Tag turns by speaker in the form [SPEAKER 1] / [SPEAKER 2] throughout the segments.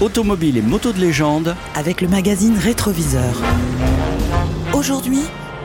[SPEAKER 1] Automobiles et motos de légende,
[SPEAKER 2] avec le magazine Rétroviseur. Aujourd'hui,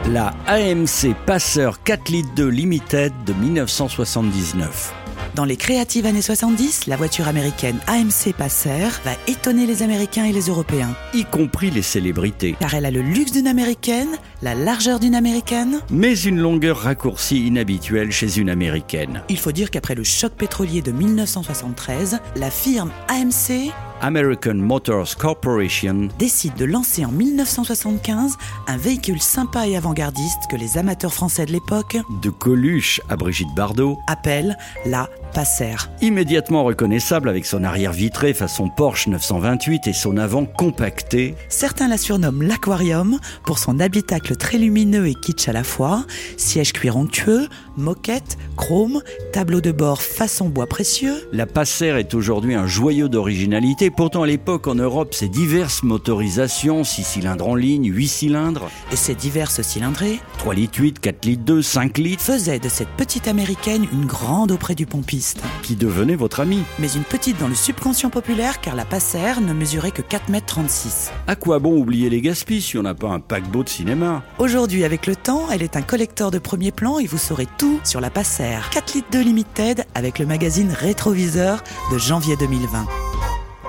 [SPEAKER 1] la AMC Passeur 4 litres 2 Limited de 1979.
[SPEAKER 2] dans les créatives années 70, la voiture américaine AMC Passer va étonner les Américains et les Européens,
[SPEAKER 1] Y compris les célébrités.
[SPEAKER 2] car elle a le luxe d'une Américaine, la largeur d'une Américaine.
[SPEAKER 1] Mais une longueur raccourcie inhabituelle chez une américaine.
[SPEAKER 2] Il faut dire qu'après le choc pétrolier de 1973, la firme AMC
[SPEAKER 1] American Motors Corporation
[SPEAKER 2] décide de lancer en 1975 un véhicule sympa et avant-gardiste que les amateurs français de l'époque
[SPEAKER 1] de Coluche à Brigitte Bardot,
[SPEAKER 2] appellent la Passer.
[SPEAKER 1] immédiatement reconnaissable avec son arrière vitré façon Porsche 928 et son avant compacté,
[SPEAKER 2] Certains la surnomment l'aquarium pour son habitacle très lumineux et kitsch à la fois, siège cuir onctueux, moquette, chrome, tableau de bord façon bois précieux.
[SPEAKER 1] la Passer est aujourd'hui un joyau d'originalité. Pourtant, à l'époque, en Europe, ces diverses motorisations, 6 cylindres en ligne, 8 cylindres,
[SPEAKER 2] Et ses diverses cylindrées
[SPEAKER 1] 3 litres 8, 4 litres 2, 5 litres,
[SPEAKER 2] faisaient de cette petite américaine une grande auprès du pompiste.
[SPEAKER 1] qui devenaient votre ami.
[SPEAKER 2] Mais une petite dans le subconscient populaire car la passère ne mesurait que 4m36.
[SPEAKER 1] À quoi bon oublier les gaspilles si on n'a pas un paquebot de cinéma
[SPEAKER 2] Aujourd'hui, avec le temps, elle est un collecteur de premier plan et vous saurez tout sur la passère 4 litres de Limited avec le magazine Rétroviseur de janvier 2020.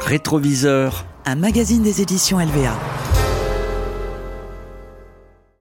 [SPEAKER 1] Rétroviseur
[SPEAKER 2] Un magazine des éditions LVA.